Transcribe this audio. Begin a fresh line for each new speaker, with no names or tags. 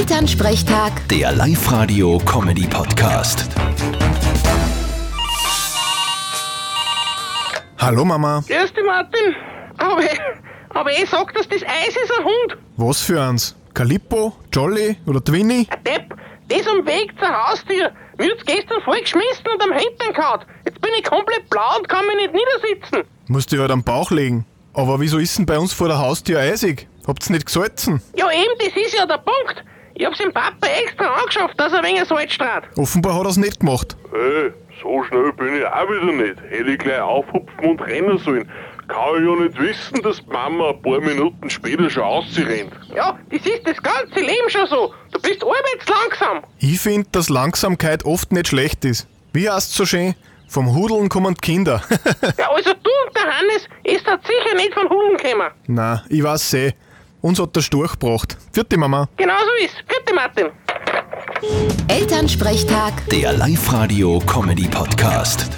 Elternsprechtag,
Der Live-Radio-Comedy-Podcast.
Hallo Mama,
Grüß dich, Martin. Aber, aber ich sag, dass das Eis ist ein Hund.
was für eins? Calippo, Jolly oder Twinny?
Ein Depp, das am Weg zur Haustür. Mir hat's gestern voll geschmissen und am Hintern kaut. Jetzt bin ich komplett blau und kann mich nicht niedersitzen.
Musst du halt am Bauch legen. Aber wieso ist denn bei uns vor der Haustür eisig? Habt's nicht gesalzen?
Ja eben, das ist ja der Punkt. Ich hab's dem Papa extra angeschafft, dass er wegen Salz strahlt.
Offenbar hat er's nicht gemacht.
Hey, Äh, so schnell bin ich auch wieder nicht. Hätte ich gleich aufhupfen und rennen sollen. Kann ich ja nicht wissen, dass die Mama ein paar Minuten später schon ausrennt.
Ja, das ist das ganze Leben schon so. Du bist arbeitslangsam.
Ich find, dass Langsamkeit oft nicht schlecht ist. Wie heißt's so schön? Vom Hudeln kommen die Kinder.
Ja, also du und der Hannes, ist da sicher nicht von Hunden gekommen.
Na, ich weiß eh. Uns hat der Storch gebracht. Vierte Mama.
Genauso ist. Vierte Martin.
Elternsprechtag.
Der Live-Radio-Comedy-Podcast.